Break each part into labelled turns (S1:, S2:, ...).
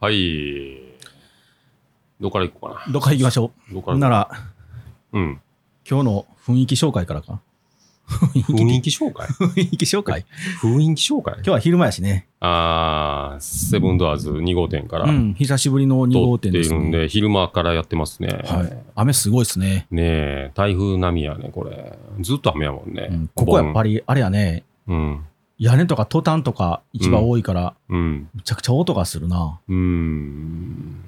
S1: はい。どっから行こうか
S2: どっか行きましょ
S1: な。どっか
S2: う。
S1: ら
S2: なら、
S1: うん。
S2: 今日の雰囲気紹介からか。
S1: 雰囲気紹介
S2: 雰囲気紹介
S1: 雰囲気紹介
S2: 今日は昼間やしね。
S1: あー、セブンドアーズ2号店から
S2: う。ん、久しぶりの2
S1: 撮
S2: 号
S1: って
S2: 店
S1: い
S2: です、
S1: るん
S2: ね。
S1: で、昼間からやってますね。
S2: はい。雨すごいですね。
S1: ねえ、台風並みやね、これ。ずっと雨やもんね。
S2: うんここやっぱ
S1: り。
S2: り、あれやね、
S1: うん。
S2: 屋根とかトタンとか一番多いから、
S1: うん。
S2: むちゃくちゃ音がするな。
S1: うん。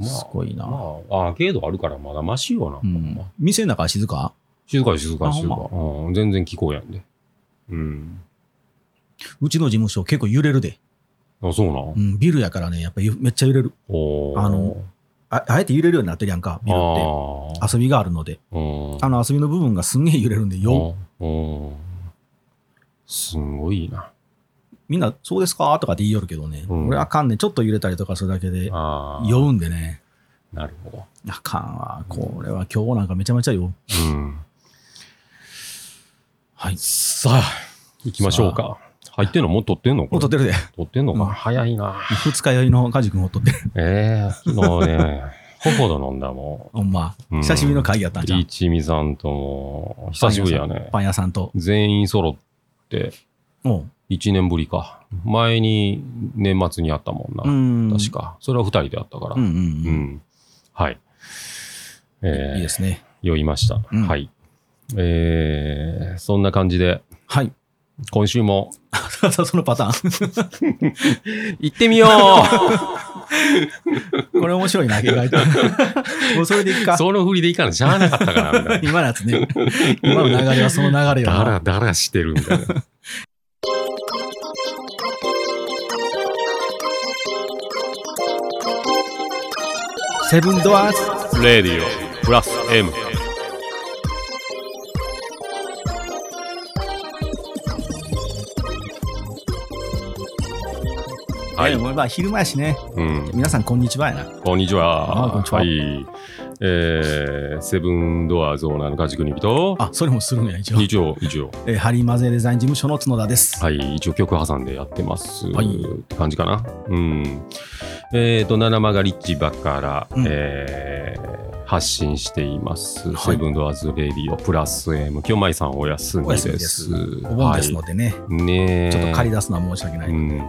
S1: まあ
S2: すごいな。
S1: まあ、アーケードあるからまだマシよな。
S2: うん、店の中は静か
S1: 静かに静か
S2: あ
S1: に
S2: ほ
S1: 静
S2: ん
S1: か
S2: ま
S1: に、うん。全然聞こえやんで。うん。
S2: うちの事務所結構揺れるで。
S1: あ、そうな。
S2: うん、ビルやからね、やっぱゆめっちゃ揺れる。
S1: おー
S2: あの、ああえて揺れるようになってるやんか、ビルって。
S1: あ
S2: 遊びがあるので。
S1: あうん
S2: あの遊びの部分がすんげえ揺れるんで、よ、
S1: うんすごいな。
S2: みんな、そうですかとかって言いよるけどね、
S1: うん
S2: 俺あかんねちょっと揺れたりとかするだけで、
S1: ああ。
S2: 酔うんでね。
S1: なるほど。
S2: あかんわ。これは今日なんかめちゃめちゃ酔う。
S1: うん。
S2: はい。
S1: さあ、行きましょうか。入ってんのもう撮ってんの
S2: も
S1: こ
S2: う
S1: れ
S2: 撮ってるで。
S1: 撮ってんのか、
S2: うん
S1: 早いな。
S2: 二日酔いのカジ君を撮ってる。
S1: ええ昨日ね、 ほほど飲んだも
S2: ほんま。
S1: ん。うん
S2: 久しぶりの会議やったんじゃん。
S1: 一味さんとも、久しぶりやね。
S2: パン屋さんと。
S1: 全員揃って、
S2: おう
S1: 1年ぶりか。前に年末に会ったもんな。
S2: うん。
S1: 確。か。それは2人で会ったから。
S2: うんう
S1: う
S2: んうん。
S1: ん。はい。え
S2: いい
S1: ー
S2: ですね。
S1: 酔いました。
S2: うん
S1: はい。えーそんな感じで、
S2: はい。
S1: 今週も、
S2: そのパタ ーン。
S1: 行ってみよ
S2: これ面白いな、意 外と。もうそれでいっ
S1: う
S2: か。
S1: その振りでいかないしゃあなかったから、みたいな。
S2: 今のやつね。今の流れはその流れ
S1: だ
S2: だな。
S1: らだらしてるみたい な。
S2: セブンドアーズ。
S1: レディオプラス M。はい
S2: や。もうまあ昼前やしね。
S1: うん。
S2: 皆さんこんにちはやな。
S1: こんにちは。。
S2: あこんにちはい
S1: えー、セブンドアーズオーナーの家畜に人。
S2: あ、それもするんや、一応。
S1: 一応、一応。
S2: えーハリーマゼデザイン事務所の角田です。
S1: はい、一応曲挟んでやってます、
S2: はい
S1: って感じかな。うん。えっ、と、七曲リッチバから、
S2: うん
S1: えー発信しています、
S2: はい
S1: セブンドアーズレディオプラス M。今日舞さんお休み
S2: お
S1: で
S2: 休
S1: す。
S2: みです。お盆ですのでね、
S1: はい、ねえ
S2: ちょっと借り出すのは申し訳ない。
S1: う
S2: い
S1: ん。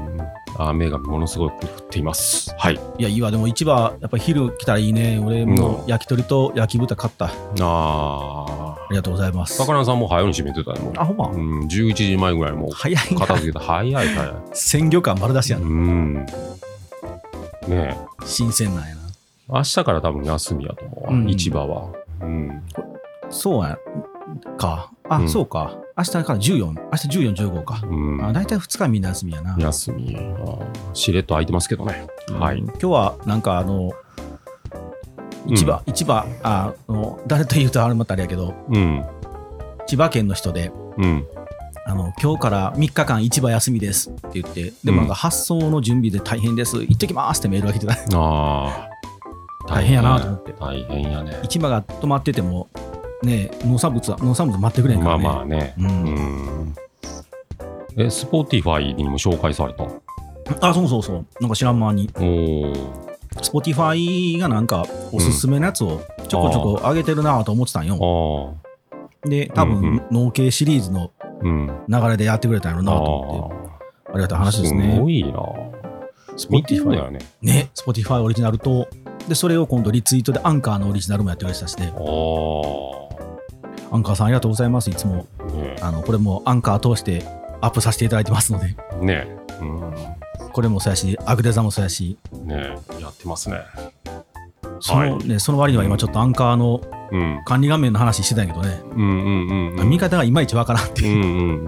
S1: 雨がものすごく降っています。はい。
S2: や、いいわ、でも市場、やっぱ昼来たらいいね。俺も
S1: うん
S2: 焼き鳥と焼き豚買った。あ
S1: あー。
S2: りがとうございます。
S1: 魚さんも早うに閉めてたね、もう。
S2: あ、ほんま。
S1: うん、11時前ぐらいもう
S2: 早いな
S1: 片。付けた。早い早い。
S2: 鮮魚感丸出しや。
S1: うんん。ねえ。
S2: 新鮮なんやな。
S1: 明日から多分休みやと思うわ、
S2: うん
S1: 市場は。うん。
S2: そうやか。あ、
S1: うん
S2: そうか。明日から14、明日14、15か。
S1: うん、
S2: あ大体2日みんな休みやな。
S1: 休みあー。しれっと空いてますけどね。はい。
S2: 今日はなんかあの市場、市場ああの誰と言うとあれまたあれやけど
S1: うん。
S2: 千葉県の人で
S1: うん。
S2: あの今日から3日間市場休みですって言ってでもなん
S1: うん
S2: か発送の準備で大変です行ってきますってメールが来てた
S1: ああ。
S2: 大変やなと思って
S1: 大変やね。
S2: 市場が止まっててもね農産物は農産物待ってくれんか
S1: ま
S2: ら、
S1: あ
S2: ね、
S1: まあね。
S2: う
S1: うんん。え、スポーティファイにも紹介された。
S2: あそうそうそうなんか知らん間に
S1: おお。
S2: Spotify がなんかおすすめのやつをちょこちょこ上げてるなと思ってたんよ、
S1: あ
S2: で多
S1: うん
S2: 分農系シリーズの
S1: あ。うん。
S2: 流れでやってくれたんやろなと思って
S1: あ
S2: ありがたい話ですね
S1: すごいな。
S2: ス
S1: 見てるんだよね。
S2: ね、Spotify オリジナルと、で、それを今度リツイートでアンカーのオリジナルもやってくれてたしね、
S1: ああ
S2: アンカーさんありがとうございます。いつも、。
S1: ね
S2: あの、これもアンカー通してアップさせていただいてますので、
S1: え。ねえ。うん。
S2: これもそうやし、アグデザもそうやし、
S1: ねえやってますね。
S2: そのね、その割には今ちょっとアンカーの
S1: うん。
S2: 管理画面の話してたんやけどね、
S1: うんうんうん、うん。
S2: 見方がいまいちわからんって
S1: う
S2: い
S1: ん
S2: う。
S1: うんうん。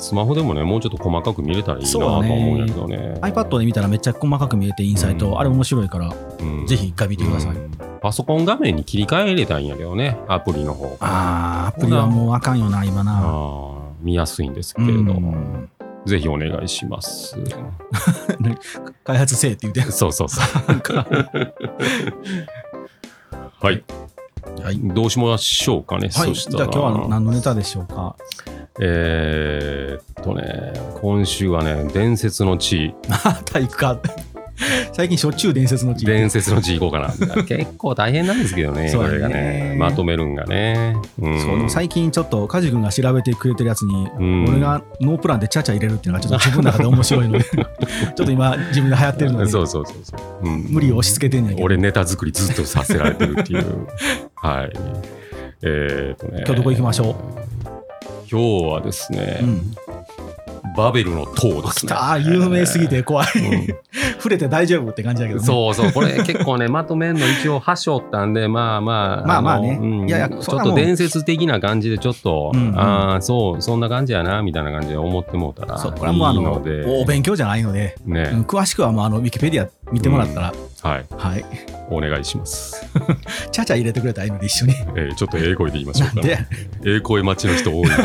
S1: スマホでもね、もうちょっと細かく見れたらいいなとは
S2: そうね
S1: 思うんやけどね。
S2: iPad で見たらめっちゃ細かく見えてインサイト、
S1: うん
S2: あれ面白いから、
S1: うん
S2: ぜひ一回見てください。
S1: うんパソコン画面に切り替えれたんやけどね、アプリの方
S2: あー、アプリはもうあかんよな、今
S1: あ
S2: な。
S1: ー見やすいんですけ
S2: う
S1: れど、
S2: ん、
S1: ぜひお願いします。
S2: 開発せえって言うて。
S1: そうそうそう。 はい。
S2: はい。
S1: どうしましょうかね、
S2: はい、
S1: そ
S2: じ
S1: し
S2: ゃ
S1: た
S2: あ
S1: ら。
S2: 今日は何のネタでしょうか。
S1: えーっとね、今週はね、伝説の地、
S2: また行くか。最近しょっちゅう伝説の地
S1: 伝説の G5 か な結構大変なんですけどね
S2: そう
S1: こ
S2: だね
S1: れがねまとめるんがねうん
S2: そうでも最近ちょっと梶君が調べてくれてるやつに、
S1: うん
S2: 俺がノープランでちゃちゃ入れるっていうのがちょっと自分の中で面白 いのでちょっと今自分で流行ってるので
S1: そうそうそうそう、うん
S2: 無理を押し付けてんねんけど
S1: 俺ネタ作りずっとさせられてるっていう はいえー、とね
S2: 今日どこ行きましょう
S1: 今日はですね、
S2: うん、
S1: バベルの塔で
S2: あ
S1: す
S2: 来
S1: ね
S2: た有名すぎて怖い、
S1: うん
S2: 触れて大丈夫って感じだけどね、
S1: そうそう、これ結構ね、まとめんの一応、はしょったんで、まあまあ、
S2: まあまあ
S1: の
S2: ね
S1: うん
S2: いやいや
S1: ち
S2: そ
S1: ょ
S2: ん
S1: っ
S2: なも
S1: と
S2: ん
S1: 伝説的な感じで、ちょっと、
S2: うんうん
S1: ああ、そう、そんな感じやな、みたいな感じで思ってもうたら、
S2: そうこれはもうあの
S1: いいので、
S2: お勉強じゃないので、うん
S1: ね、
S2: 詳しくはもうあのウィキペディア見てもらったら、
S1: はい、
S2: はい
S1: お願いします。
S2: ちゃちゃ入れてくれたらいいので一緒に
S1: えーちょっと英声で言いましょ
S2: な
S1: うんか。
S2: で
S1: 英声待ちの人多いんでね、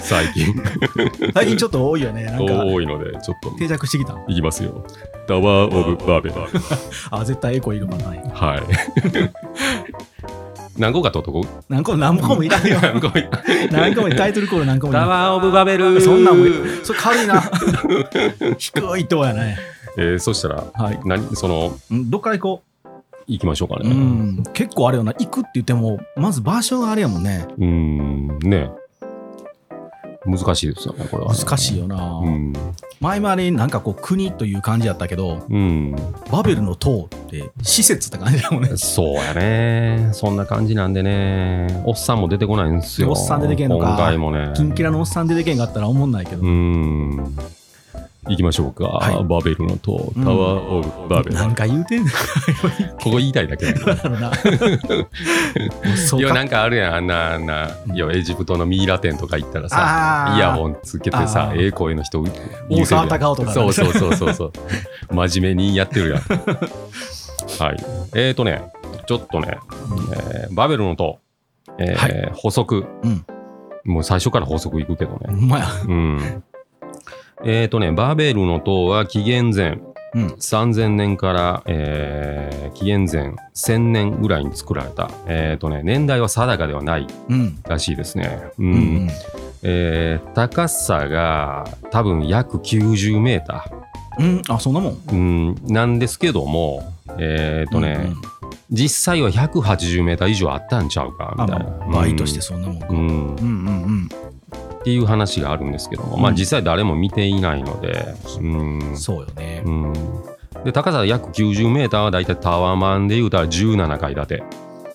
S1: 最近、
S2: 最近ちょっと多いよねなんか
S1: 多いので、ちょっと、
S2: 定着してきた
S1: いきますよ。タワー・オブ・バーベル。
S2: あ絶対エコいるパターンや
S1: はい。 何個か取っとこう。
S2: 何個も何個もいらんよ
S1: 何個もい
S2: 何個もタイトルコール何個もいら
S1: タ
S2: ん
S1: ワー・オブ・バベル。
S2: そんなんもいそれ軽いな低いとこやね
S1: えー、そしたら、
S2: はい
S1: 何その
S2: うんどっから行こ
S1: 行きましょうか
S2: うう
S1: ね。
S2: ん結構あれよな行くって言ってもまず場所があれやもんね
S1: うーん、ね難しいですよねこれは。
S2: 難しいよな、
S1: うん、
S2: 前までなんかこう国という感じやったけど
S1: うん、
S2: バベルの塔って施設って感じだもんね
S1: そうやねそんな感じなんでねおっさんも出てこないんですよ
S2: おっさん出てけんのか
S1: 今回もね
S2: キンキラのおっさん出てけんかったら思んないけど、
S1: うーん行きましょうか、
S2: はい
S1: バベルの塔
S2: うん
S1: タワー・オブ・バベル、
S2: なんか言うてんのか
S1: ここ言いたいだけ だけど
S2: だろうなもう
S1: い
S2: そ
S1: うや
S2: か
S1: なんかあるやんあんなあんないやエジプトのミイラ店とか行ったらさ
S2: あー
S1: イヤホンつけてさ
S2: あ、ー
S1: ええ声の人、大
S2: 大沢たかおとかね
S1: そうそうそうそう そう。真面目にやってるやん。はい。えーとね、ちょっとね、えーバベルの塔、えー
S2: は
S1: 補足、
S2: うん
S1: もう最初から補足いくけど
S2: ほ
S1: ね。
S2: んまや
S1: うん。えーとね、バベルの塔は紀元前
S2: うん
S1: 3000年から、えー紀元前1000年ぐらいに作られた、えーとね、年代は定かではない
S2: うん
S1: らしいですね。
S2: うん
S1: うん
S2: うん
S1: えー高さが多分約90メータ
S2: うんあそんなもん
S1: ー、うん、なんですけども、えっ、とね、
S2: うんうん
S1: 実際は180メーター以上あったんちゃうかみ
S2: あ
S1: た
S2: ま
S1: いな。
S2: あ倍として
S1: す
S2: そんなもんか、
S1: う
S2: うん
S1: ん、っ
S2: うんうん
S1: ていう話があるんですけども、まあ、
S2: うん
S1: 実際誰も見ていないので、うん
S2: そうよね、
S1: うん、で高さ約90メーターはだいたいタワマンでいうたら17階建て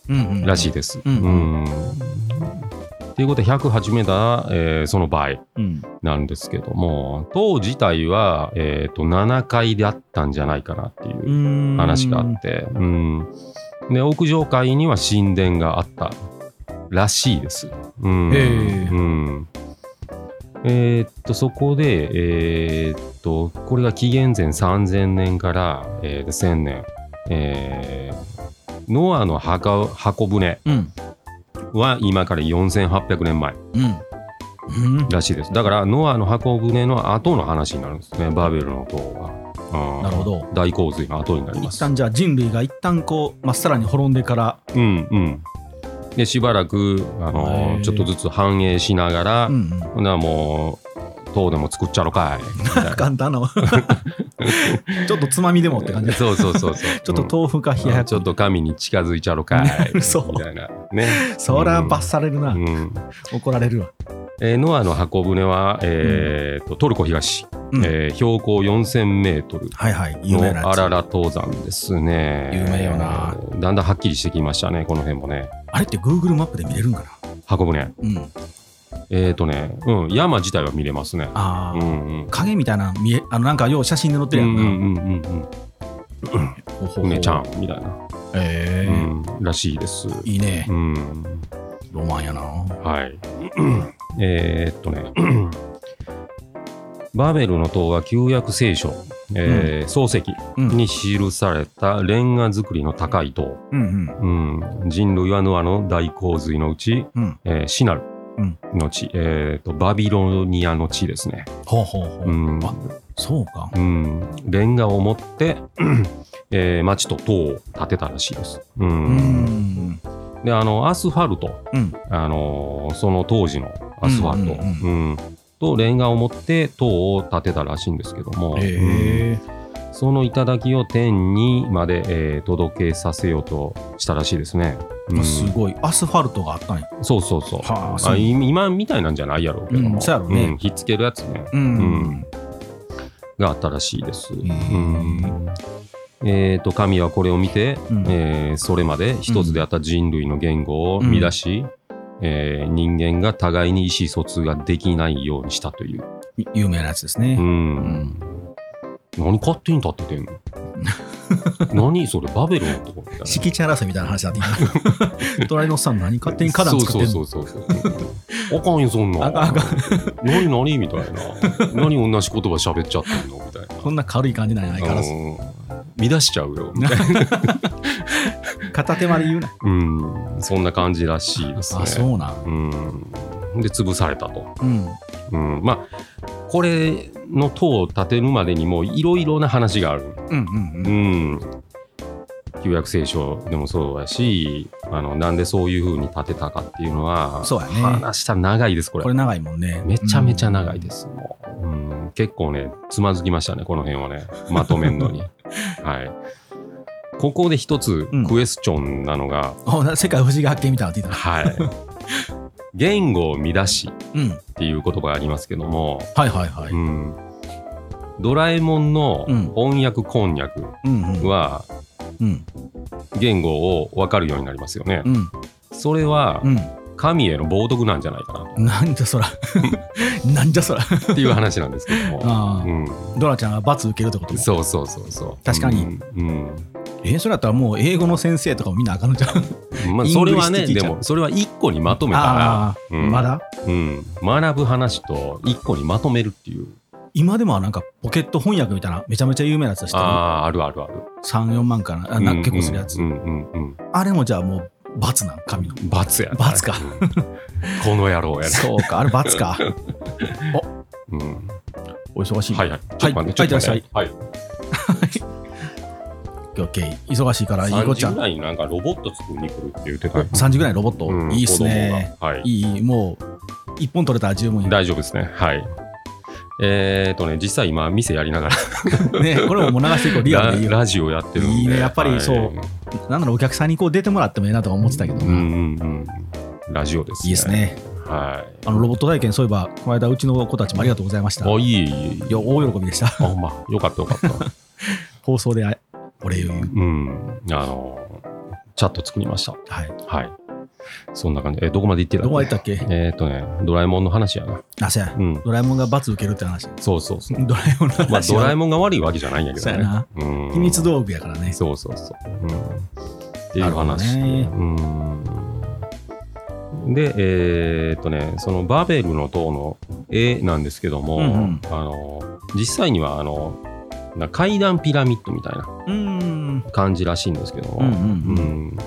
S2: うんうん
S1: らしいです。
S2: うん
S1: うんっていうことで108メーター、えーその倍。
S2: うん
S1: なんですけども、塔自体は、えー、と7階だったんじゃないかなっていう
S2: うん
S1: 話があって、うんで屋上階には神殿があったらしいです。うん
S2: へー
S1: うんえーっとそこで、えーっとこれが紀元前3000年から、えー1000年、えーノアの墓箱舟
S2: うん
S1: は今から4800年前。
S2: うんうん
S1: らしいですだからノアの箱舟の後の話になるんですねバーベルの塔は、うん
S2: なるほど
S1: 大洪水の後になりま
S2: 一
S1: す
S2: 旦じゃあ人類が一旦こうまっさらに滅んでから
S1: うんうんでしばらくあの
S2: へー
S1: ちょっとずつ繁栄しながら、
S2: うんうん
S1: ほんならもう塔でも作っちゃろ かいみたいな
S2: 簡 単なちょっとつまみでもって感じ
S1: そうそうそうそう
S2: ちょっと豆腐か冷や
S1: う
S2: や
S1: んちょっと神に近づいちゃろかい
S2: 嘘
S1: みたいなね、
S2: そら罰される
S1: う
S2: な、
S1: ん
S2: 怒られるわ
S1: えーノアの箱舟は、えーとトルコ東、
S2: うん
S1: えー標高4000メートル
S2: はいはい有名な
S1: の
S2: や
S1: あ
S2: つ
S1: らら登山ですね。
S2: 有名よな
S1: だんだんはっきりしてきましたね、この辺もね。
S2: あれって Google マップで見れるんかな
S1: 箱舟。
S2: うん
S1: えっ、ー、とね、うん、山自体は見れますね。
S2: あ
S1: う
S2: ー、
S1: んうん。
S2: 影みたいなの見えあのなんかよう写真で載って
S1: う
S2: るや
S1: ん
S2: ん
S1: う
S2: な、
S1: んうんうんうん。
S2: ほほほ
S1: 船ちゃんみたいな、
S2: え
S1: う
S2: ー
S1: ん、らしいです。
S2: いいね
S1: うん。
S2: ロマンやな
S1: はい。 えーっとね。 バベルの塔は旧約聖書、えー漱石
S2: うん
S1: に記されたレンガ造りの高い塔、
S2: うんうん
S1: うん、人類はノアの大洪水のうち
S2: うん
S1: えーシナル
S2: うん
S1: の地、えーとバビロニアの地ですね、
S2: ほうほうほう、
S1: うん
S2: あそうか
S1: うん、レンガを持って、 えー町と塔を建てたらしいです、う
S2: うんん
S1: であのアスファルト、
S2: うん
S1: あのーその当時のアスファルト、
S2: うんうん
S1: うんとレンガを持って塔を建てたらしいんですけども、
S2: ええ
S1: うんその頂を天にまで、えー届けさせようとしたらしいですね。うん、
S2: すごいアスファルトがあったんや
S1: そうそうそう。
S2: はあそ
S1: あ
S2: う
S1: い今みたいなんじゃないやろうけども、
S2: うんそうやろうね
S1: んひっつけるやつね
S2: うん、
S1: うんがあったらしいです。う
S2: ー
S1: んえー、と神はこれを見て、
S2: うん
S1: えーそれまで一つであった人類の言語を乱し、えー人間が互いに意思疎通ができないようにしたという。
S2: 有名なやつです
S1: う
S2: ね、うん
S1: ん何勝手に立っててん の何それバベルのとこみたいな。
S2: 敷地争いみたいな話だっ た今隣のおっさん何勝手に花壇作ってんの
S1: そうそうそうそう。あかんよ、そんな
S2: あかんあ
S1: ん。何何みたいな。何同じ言葉喋っちゃってんのみたいな。
S2: こんな軽い感じなんやないからず
S1: うん乱しちゃう よ、みたいな。
S2: 片手まで言うな、
S1: うん、そんな感じらしいですね。
S2: あそうなん
S1: うん、で、潰されたと。
S2: うん
S1: うん、まあ、これの塔を建てるまでにもいろいろな話がある。
S2: うんう
S1: うんん。旧約聖書でもそうだし、あの、なんでそういうふうに建てたかっていうの
S2: うん
S1: は、
S2: そうやね
S1: 話したら長いです、これ
S2: これ。長いもんね
S1: めちゃめちゃ長いです。もううん、結構ね、つまずきましたね、この辺はね、まとめん のに。はい。ここで一つ
S2: うん
S1: クエスチョンなのが、
S2: おな世界不思議発見みたいなのって言っ
S1: はい。言語を乱しった
S2: なうん
S1: ていう言葉がありますけども、
S2: はいはいはい、
S1: うん、ドラえもんの
S2: うん
S1: 翻訳こんにゃく
S2: うんうん
S1: は
S2: うん
S1: 言語を分かるようになりますよね。
S2: うん
S1: それは
S2: うん
S1: 神への冒涜なんじゃないかな
S2: なんじ ゃそらなんじゃそら
S1: っていう話なんですけども。
S2: あ
S1: う
S2: あ
S1: ん
S2: ドラちゃんが罰受けるってことも
S1: そうそうそうそう。
S2: 確かに
S1: うん。うん
S2: えーそれだったらもう英語の先生とかもみんなあかんのじゃん
S1: まあ、
S2: イン
S1: そ
S2: グリ
S1: れ
S2: ッ
S1: は
S2: シュ
S1: ね、
S2: ティーチャー
S1: でも、それは一個にまとめたら、
S2: あー
S1: うん
S2: まだ
S1: うん、学ぶ話と一個にまとめるっていう。
S2: 今でもなんかポケット翻訳みたいなめちゃめちゃ有名なやつしてる
S1: ああ、あるあるある。
S2: 34万かなあな
S1: うん
S2: んか結構するやつ、
S1: うんうんうん
S2: あれもじゃあもう罰なん神の
S1: うん。罰やね。
S2: 罰か
S1: うん。この野郎やね。
S2: そうかあれ罰か
S1: うん。
S2: お忙しい、
S1: はいはい。ちょっと待って、ちょっと待って。はい。
S2: オッケー忙しいからいい
S1: 3
S2: こっ
S1: 時
S2: ちゃん
S1: ぐらいになんかロボット作りに来るって言ってた。
S2: 3時ぐらいのロボット、
S1: うん
S2: いいっすね。
S1: 子供がはい。
S2: いいいいもう1本取れたら十分や
S1: 大丈夫ですね。はい。えーとね、実際今、店やりながら、
S2: ねこれももう流していこうリアルでいい
S1: ラ
S2: よ
S1: ラジオやってるんで。
S2: いいねやっぱりそう
S1: はい
S2: なんならお客さんにこう出てもらってもいいなとか思ってたけど、
S1: う
S2: い
S1: んうんうん。ラジオですね。
S2: いです。ね
S1: はい。
S2: あのロボット体験そういえばこの間うちの子たちもありがとうございました
S1: あ、
S2: い
S1: いえいえいえ。
S2: や大喜びでし た
S1: あ、ほんま、よかったよか った。
S2: 放送であお礼を言う
S1: うん。あの、チャット作りました。
S2: はい
S1: はい。そんな感じ。え、どこまで行ってた
S2: どこまで
S1: っ
S2: 行ったっけ
S1: けえーっとね、ドラえもんの話やな。
S2: あそうや
S1: うん。
S2: ドラえもんが罰受けるって話
S1: そうそうそう。
S2: ドラえもんの
S1: まあ、
S2: 話
S1: ド
S2: は、
S1: ラえもんが悪いわけじゃないんやけど
S2: そうや
S1: ね。
S2: な
S1: うん。
S2: 秘密道具やからね
S1: そうそうそう。うん、っていう
S2: なるほど
S1: 話。
S2: ね
S1: うん。で、えーっとね、そのバベルの塔の絵なんですけども、
S2: うんうん
S1: あの、実際には、あの、な階段ピラミッドみたいな
S2: うーん
S1: 感じらしいんですけども、
S2: うんうんうん
S1: うん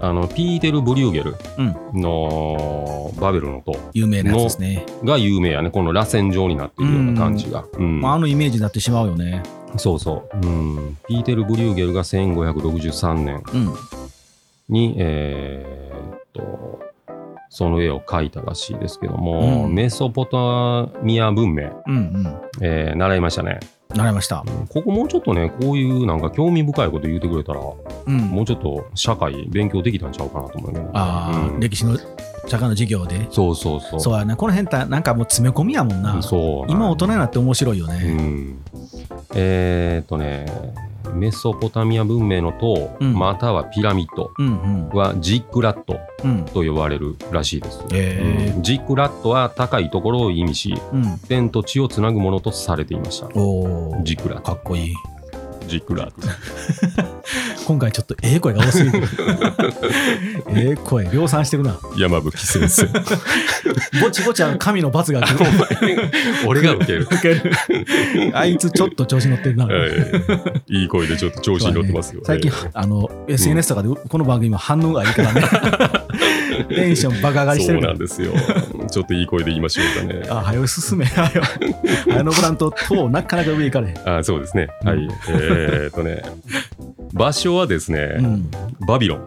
S1: あのピーテル・ブリューゲル
S2: うん
S1: のバベルの塔
S2: 有名なやつですね、
S1: が有名やねこの螺旋状になっているような感じが、うん
S2: まあ、あのイメージになってしまうよね
S1: そうそう、うん、ピーテル・ブリューゲルが1563年
S2: うん
S1: にえーっとその絵を描いたらしいですけども、
S2: うん
S1: メソポタミア文明、
S2: うんうん
S1: えー習いましたね
S2: 習いました
S1: ここもうちょっとねこういうなんか興味深いこと言うてくれたらも
S2: うん
S1: うちょっと社会勉強できたんちゃうかなと思うけど
S2: ああ、
S1: うん
S2: 歴史の社会の授業で
S1: そうそうそう。
S2: そうやなこの辺たなんかもう詰め込みやもんな
S1: そう
S2: 今大人になって面白いよ
S1: う
S2: ね、
S1: ん。えっ、とね、メソポタミア文明の塔、
S2: うん
S1: またはピラミッド
S2: うん、うん
S1: はジックラット
S2: うん
S1: と呼ばれるらしいです。
S2: へー
S1: うんジックラットは高いところを意味し、
S2: うん
S1: 天と地をつなぐものとされていました。
S2: おお
S1: ジックラッ
S2: か
S1: ト。
S2: っこいい
S1: ジックラット。
S2: 今回ちょっとええ声が多すぎ るええ声量産してるな
S1: 山吹先 生。
S2: ぼちぼちあの神の罰が来る
S1: 俺が受ける。
S2: 受ける あいつちょっと調子乗ってるな、
S1: い、い声でちょっと調
S2: そうだね最近、あの SNS とかでこの番組も反応がいい からねテンション爆上がりしてるから
S1: ですよ。ちょっといい声で言いましょうかね
S2: あはよ進めはよあのブランととなかなか上行かれへん、
S1: あそうですね。はい。
S2: うん
S1: えーっとね、場所はですね、
S2: うん、
S1: バビロン、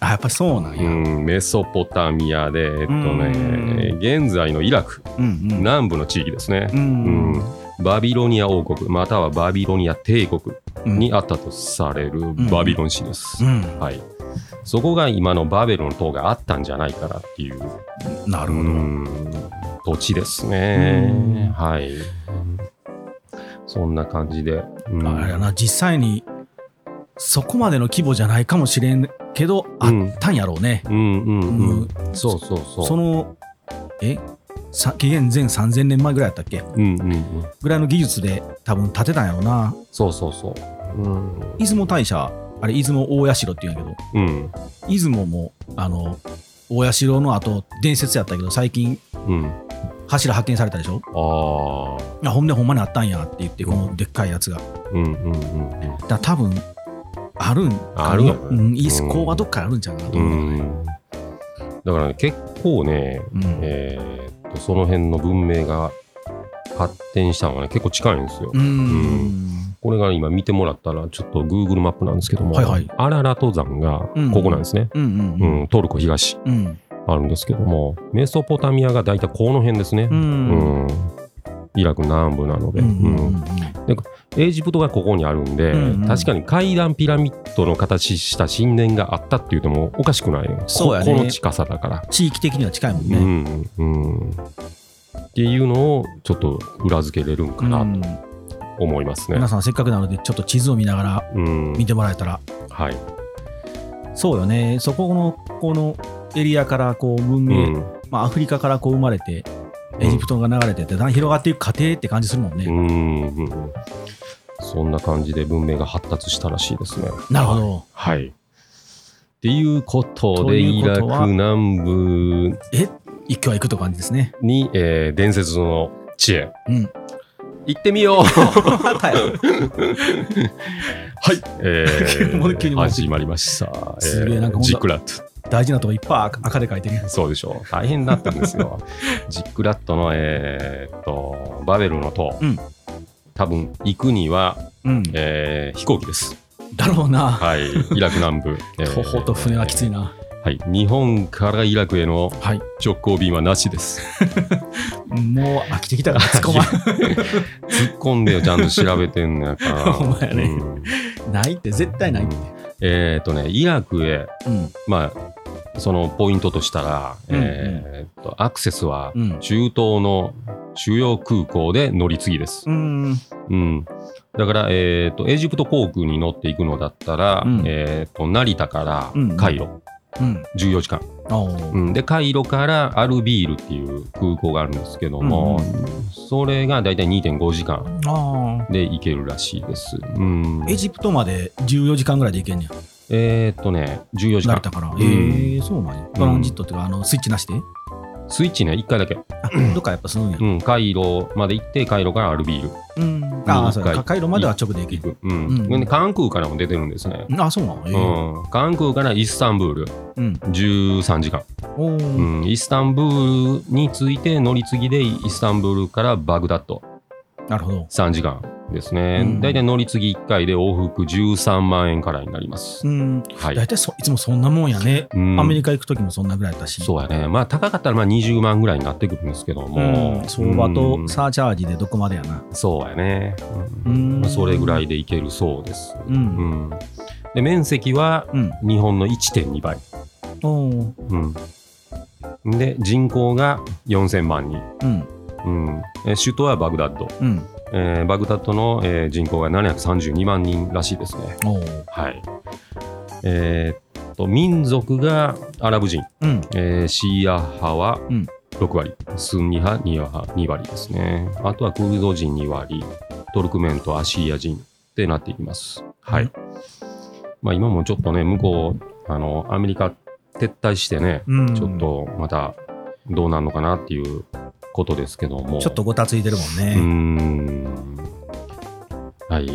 S2: あやっぱそうなんや、うん
S1: うん、メソポタミアで、えっとね、現在のイラク、
S2: うん
S1: 南部の地域ですね
S2: う。ん
S1: うんバビロニア王国、またはバビロニア帝国
S2: うん
S1: にあったとされる
S2: ん
S1: バビロン市です、
S2: うん
S1: はい、そこが今のバビロン塔があったんじゃないかなっていう
S2: なるほど、
S1: うん土地ですね
S2: うん
S1: はいそんな感じで、うん
S2: あれやな実際にそこまでの規模じゃないかもしれんけどあ
S1: うん
S2: ったんやろうね、
S1: うんうんうん、
S2: うん
S1: そうそうそう
S2: そのえさ紀元前3000年前ぐらいやったっけ
S1: うんうんうん、
S2: ぐらいの技術で多分建てたんやろうな
S1: そうそうそううん
S2: 出雲大社あれ出雲大社っていうんやけど
S1: うん
S2: 出雲もあの大社のあと伝説やったけど最近
S1: うん
S2: 柱発見されたでしょ
S1: ああ
S2: あほんでほんまにあったんやって言ってこのでっかいやつがだか
S1: うんうんうん
S2: ら多分あるん
S1: あるよね
S2: うん、いいっす
S1: うん
S2: 工場どっかにあるんちゃうかなと
S1: う
S2: 思う、
S1: んだからね結構ね、
S2: うん
S1: えーっとその辺の文明が発展したのがね結構近いんですよ、
S2: うん
S1: これが今見てもらったらちょっと Google マップなんですけども、
S2: はいはい
S1: アララ登山が
S2: うん
S1: ここなんですね、
S2: うんうんう
S1: うんんトルコ東
S2: うん
S1: あるんですけどもメソポタミアが大体この辺ですね
S2: う、ん
S1: うんイラク南部なので、
S2: うんうん
S1: うんエジプトがここにあるんで、
S2: うんうん
S1: 確かに階段ピラミッドの形した神殿があったっていうのもおかしくないよ
S2: そうやね
S1: ここの近さだから、
S2: 地域的には近いもんね、
S1: うんうんっていうのをちょっと裏付けれるんか
S2: う
S1: なんと思いますね
S2: 皆、さんせっかくなのでちょっと地図を見ながら
S1: うん
S2: 見てもらえたら
S1: はい、
S2: そうよねそこのこのエリアからこう文
S1: う
S2: 明、
S1: ん
S2: まあ、アフリカからこう生まれて
S1: うん
S2: エジプトが流れてってだんだん広がっていく過程って感じするもんね、
S1: うんうんそんな感じで文明が発達したらしいですね
S2: なるほど
S1: はいっていうこと
S2: と
S1: でイ
S2: いうこ
S1: ラ
S2: とは
S1: ク南部
S2: え一挙は行くと感じですね
S1: に、えー伝説の知恵
S2: うん
S1: 行ってみよう
S2: またよ
S1: はい、え
S2: もう急
S1: ー、
S2: に 戻ってきた
S1: 始まりました。
S2: すげえなんかほんと
S1: ジックラッ
S2: 大事なとこいっぱい赤で書いてるや
S1: ト。
S2: つ
S1: そうでしょう。大変だったんです よ。ジックラットの、えーっと、バベルの塔。
S2: うん
S1: 多分、行くには、
S2: うん
S1: えー飛行機です。
S2: だろうな
S1: はい、イラク南 部。えー
S2: 徒歩と船はきついな
S1: はい、日本からイラクへの
S2: はい
S1: 直行便はなしです。
S2: もう飽きてきたから突っ込
S1: 突っ込んでよ、ちゃんと調べてんのやから。
S2: ほんまやね
S1: うん
S2: まんないって絶対ないって
S1: えーっとね、イラクへ、
S2: うん
S1: まあ、そのポイントとしたら、
S2: うんうん
S1: えーっとアクセスは
S2: うん
S1: 中東の主要空港で乗り継ぎです。
S2: うん
S1: うん、だから、えーっとエジプト航空に乗っていくのだったら、
S2: うん
S1: えーっと成田か
S2: うんうん
S1: らカイロ、
S2: うん
S1: 14時間、
S2: お
S1: う
S2: ー
S1: ん、でカイロからアルビールっていう空港があるんですけども、
S2: うん
S1: それがだいたい2.5時間
S2: あ
S1: で行けるらしいです。うん
S2: ーエジプトまで14時間ぐらいで行けんねや
S1: えーっとね14時
S2: 慣れ
S1: 間
S2: たから
S1: ん
S2: えーそうなんやトランジットっていうかあのスイッチなしで
S1: スイッチね1回だけ、
S2: あどっかやっぱするんや
S1: うん、カイロまで行ってカイロからアルビール。
S2: うんああそう
S1: うん
S2: か回路までは直で行け
S1: 行
S2: る
S1: く、うん
S2: うん
S1: で関空からも出てるんですね、
S2: あそうなのえ
S1: うん
S2: ー
S1: 関空からイスタンブール
S2: うん
S1: 13時間、
S2: お
S1: う
S2: ー
S1: んイスタンブールについて乗り継ぎでイスタンブールからバグダッド
S2: なるほど
S1: 3時間ですね、
S2: うん
S1: だいたい乗り継ぎ1回で往復13万円からになります、
S2: うん
S1: はい、
S2: 大体そいつもそんなもんやね、
S1: うん
S2: アメリカ行く時もそんなぐらいだったし
S1: そうやねまあ高かったらまあ20万ぐらいになってくるんですけども、
S2: もう相場
S1: う
S2: と
S1: ん
S2: サーチャージでどこまでやな
S1: そうやね、う
S2: うん
S1: んそれぐらいでいけるそうです、
S2: う
S1: うんん、で面積は
S2: うん
S1: 日本の1.2倍
S2: おー
S1: うん、で人口が4000万人、
S2: うん
S1: うん、え首都はバグダッド、
S2: うん
S1: えーバグダッドの、えー人口が732万人らしいですね
S2: おー
S1: はいえーっと民族がアラブ人、
S2: うん
S1: えーシーア派は
S2: うん
S1: 6割、スンニ派2派2割ですねあとはクルド人2割トルクメンとアシリア人ってなっていきますはい、
S2: うん
S1: まあ今もちょっとね向こうあのアメリカ撤退してね、
S2: うん
S1: ちょっとまたどうなんのかなっていうことですけども。
S2: ちょっとごたついてるもん
S1: うー
S2: ね
S1: ん。はい。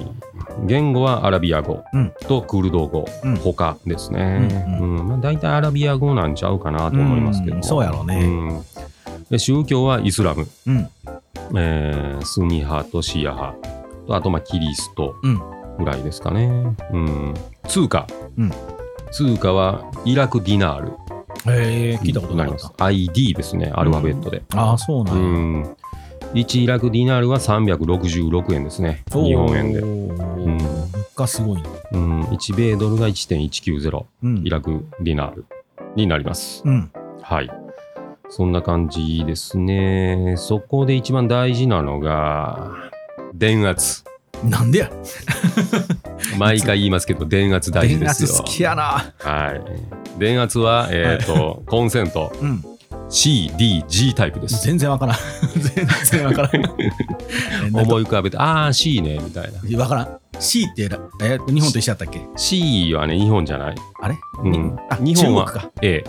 S1: 言語はアラビア語
S2: うん
S1: とクルド語、
S2: うん
S1: 他ですね。
S2: う
S1: うんんまあ、大体アラビア語なんちゃうかなと思いますけど。
S2: うんそうやろうね
S1: うんで宗教はイスラム、
S2: うん
S1: えースニ派とシーア派とあとまあキリスト
S2: うん
S1: ぐらいですかね。うん、通貨、
S2: うん
S1: 通貨はイラクディナール。
S2: えー、聞いたことなかった、
S1: ID ですね、アルファベットで。
S2: ああそうな
S1: うん
S2: や
S1: ん1イラクディナールは366円ですね、日本円で。
S2: おー
S1: うん
S2: 物がすごいな。
S1: うん、1米ドルが1.190
S2: うん
S1: イ。ラクディナールになります。
S2: うん。
S1: はい。そんな感じですね。そこで一番大事なのが、電圧。
S2: なんでや
S1: 毎回言いますけど、電圧大事
S2: 電
S1: です
S2: 圧
S1: よ。
S2: 好きやな。
S1: はい。電圧は、えっ、と、 コンセント
S2: うん。
S1: CDG タイプです。
S2: 全然わからん。 全然わからん。 えなんか
S1: 思い浮かべて、ああ、C ね、みたいな。
S2: わからん。C ってらえ日本と一緒やったっけ
S1: C はね、日本じゃない。
S2: あれ
S1: うん
S2: あ、
S1: 日本は
S2: 中国か。
S1: A。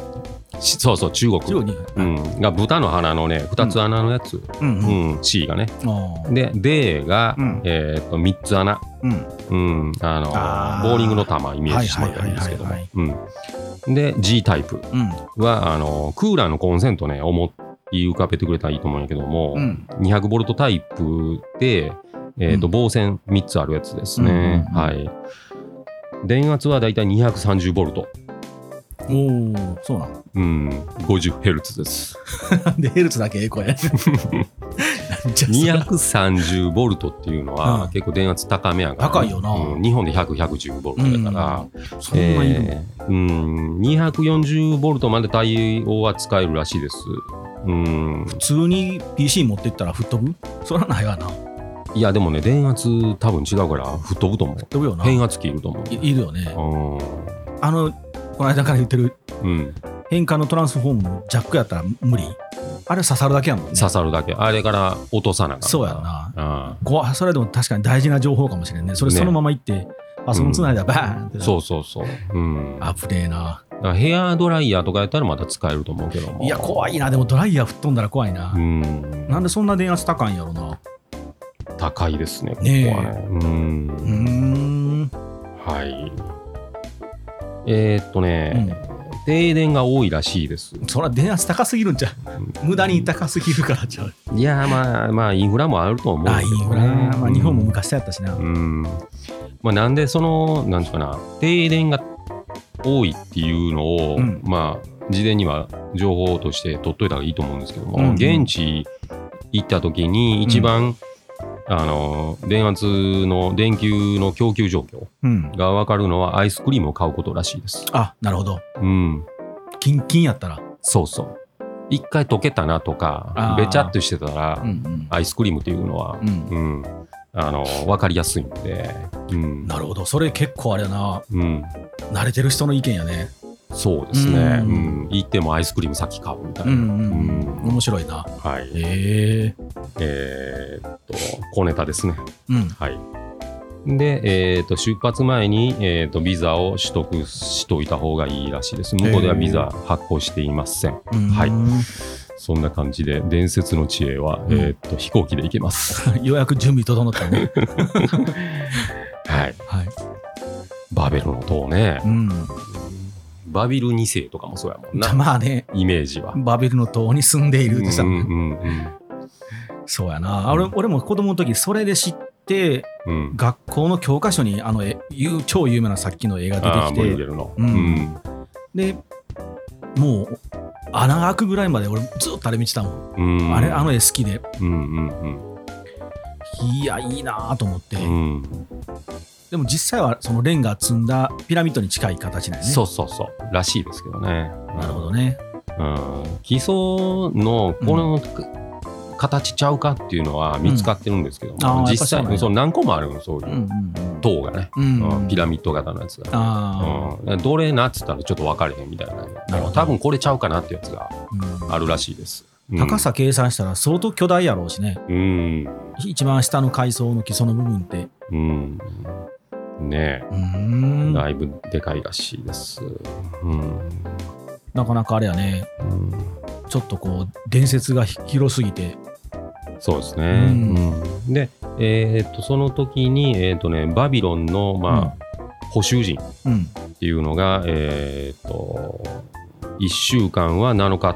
S1: しそうそう、中国。
S2: 中国に。う。
S1: うんん、が豚の鼻のね、2つ穴のやつ。
S2: うん
S1: う
S2: うん。
S1: ん、C がね。
S2: あー
S1: で、D が、
S2: うん
S1: えっと、3つ穴。
S2: うん。
S1: うん、あの
S2: あー
S1: ボーリングの球イメージしてもらえばいいんですけども
S2: はいはい
S1: うんで G タイプ
S2: うん。
S1: はあのクーラーのコンセントね思い浮かべてくれたらいいと思うんやけども、
S2: うん。
S1: 200ボルトタイプで、えーと
S2: うん
S1: 防線3つあるやつですね、
S2: うんうんうん
S1: はい電圧はだいたい230ボルト、
S2: おお、そうなの。
S1: うん、50ヘルツです
S2: なんでヘルツだけええ 声。なんじゃそりゃ
S1: 230ボルトっていうのは、
S2: うん
S1: 結構電圧高めやから
S2: 高いよな
S1: うん日本で100110ボルトだから、
S2: そんないるの。
S1: えーうん、240ボルトまで対応は使えるらしいです。うん、
S2: 普通に PC 持ってったら吹っ飛ぶそらないわな。
S1: い
S2: 吹
S1: やでもね電圧多分違うから吹っ飛ぶと思
S2: っ飛ぶよ
S1: う
S2: な。い
S1: 変圧器いると思う
S2: いるよね。
S1: う
S2: あの、この間から言ってる
S1: ん、うん、
S2: 変換のトランスフォームのジャックやったら無理。あれ刺さるだけやもんね。
S1: 刺さるだけあれから落とさなかった
S2: そうやな。
S1: あ
S2: こわそれでも確かに大事な情報かもしれんね。それ
S1: ね
S2: そのまま行って、あ、そのつないだらバーンって。。
S1: そううそうそう、うん、だか
S2: 危ねえな。
S1: らヘアドライヤーとかやったらまた使えると思うけども
S2: いや、怖いな。でもドライヤー吹っ飛んだら怖いな
S1: う。ん
S2: なんでそんな電圧高いんやろな。
S1: 高いですねここは
S2: ねえ
S1: ねうん
S2: うーん。
S1: はいえーっとね、
S2: うん
S1: 停電が多いらしいです
S2: そら電圧高すぎるんちゃう。無駄に高すぎるからちゃう。
S1: いやーまあまあインフラもあると思うん
S2: あ、
S1: で
S2: い
S1: すけ
S2: い
S1: ど、
S2: ぐ
S1: ね、
S2: らいな。まあ日本も昔やったしな
S1: う。ん、まあ、なんでそのなんていうかな停電が多いっていうのを、
S2: うん
S1: まあ事前には情報として取っといた方がいいと思うんですけども、
S2: うんうん
S1: 現地行った時に一番、あの電圧の電球の供給状況
S2: うん。
S1: が分かるのはアイスクリームを買うことらしいです。
S2: あ、なるほど。
S1: うん、
S2: キンキンやったら。
S1: そうそう一回溶けたなとか
S2: あー
S1: べちゃっとしてたら、
S2: ん
S1: アイスクリームっていうのは
S2: うん。う
S1: う
S2: ん。
S1: ん、あの分かりやすいんで、うん
S2: なるほど。それ結構あれやな。
S1: うん、
S2: 慣れてる人の意見やね。
S1: そうですね、う
S2: うん
S1: 行ってもアイスクリーム先買うみたいな、うん
S2: 面白いな。
S1: はい、
S2: へえ。
S1: えーっと小ネタですね、
S2: うん。
S1: はい、で、えーっと出発前に、えーっとビザを取得しといた方がいいらしいです向こうではビザ発行していませんはい
S2: い。
S1: そんな感じで伝説の知恵は、
S2: うん
S1: えーっと飛行機で行けます、
S2: ようやく準備整った ね。
S1: はい、
S2: はい。
S1: バベルの塔ね
S2: うん。
S1: バビル2世とかもそうやもんな
S2: まあね、
S1: イメージは。
S2: バビルの塔に住んでいるってさ
S1: うんうんうん
S2: そうやな。俺俺も子供の時、それで知って、
S1: うん
S2: 学校の教科書に、あの、えゆう超有名なさっきの映
S1: あ
S2: 画
S1: あモ
S2: 出て
S1: リゲ
S2: きて、
S1: ルの。
S2: うんで、もう、穴が開くぐらいまで俺ずっとあれ見てたもん。
S1: うん
S2: あれ、あの絵好きで。
S1: うんうん
S2: いや、いいなと思って。
S1: うん。
S2: でも実際はそのレンガ積んだピラミッドに近い形だよね。
S1: そうそうそう。らしいですけどね。
S2: なるほどね。
S1: ど。うん、基礎のこの、形ちゃうかっていうのは見つかってるんですけど
S2: うんあ
S1: も、
S2: あ
S1: 実際
S2: やっぱそうなん
S1: そう何
S2: や
S1: 個もあるのそういううん
S2: うんうん。
S1: 塔がね、
S2: うん
S1: う
S2: うんん、
S1: ピラミッド型のやつが。
S2: あ
S1: うん、どれなっつったらちょっと分かれへんみたいな
S2: なるほど
S1: 多分これちゃうかなってやつが
S2: あ、うん
S1: あるらしいです、うん
S2: 高さ計算したら相当巨大やろうしね。
S1: うん
S2: 一番下の階層の基礎の部分って。
S1: うんね
S2: うーん。
S1: だ
S2: ない
S1: ぶでかいらしいです。うん。
S2: かなかあれやね。
S1: うん
S2: ちょっとこう、伝説が広すぎて。
S1: そうですね。
S2: うん
S1: うんで、えーっと、その時に、えーっとね、バビロンの、まあ、補修人っ
S2: うん。
S1: ていうのが、えーっと、1週間は7日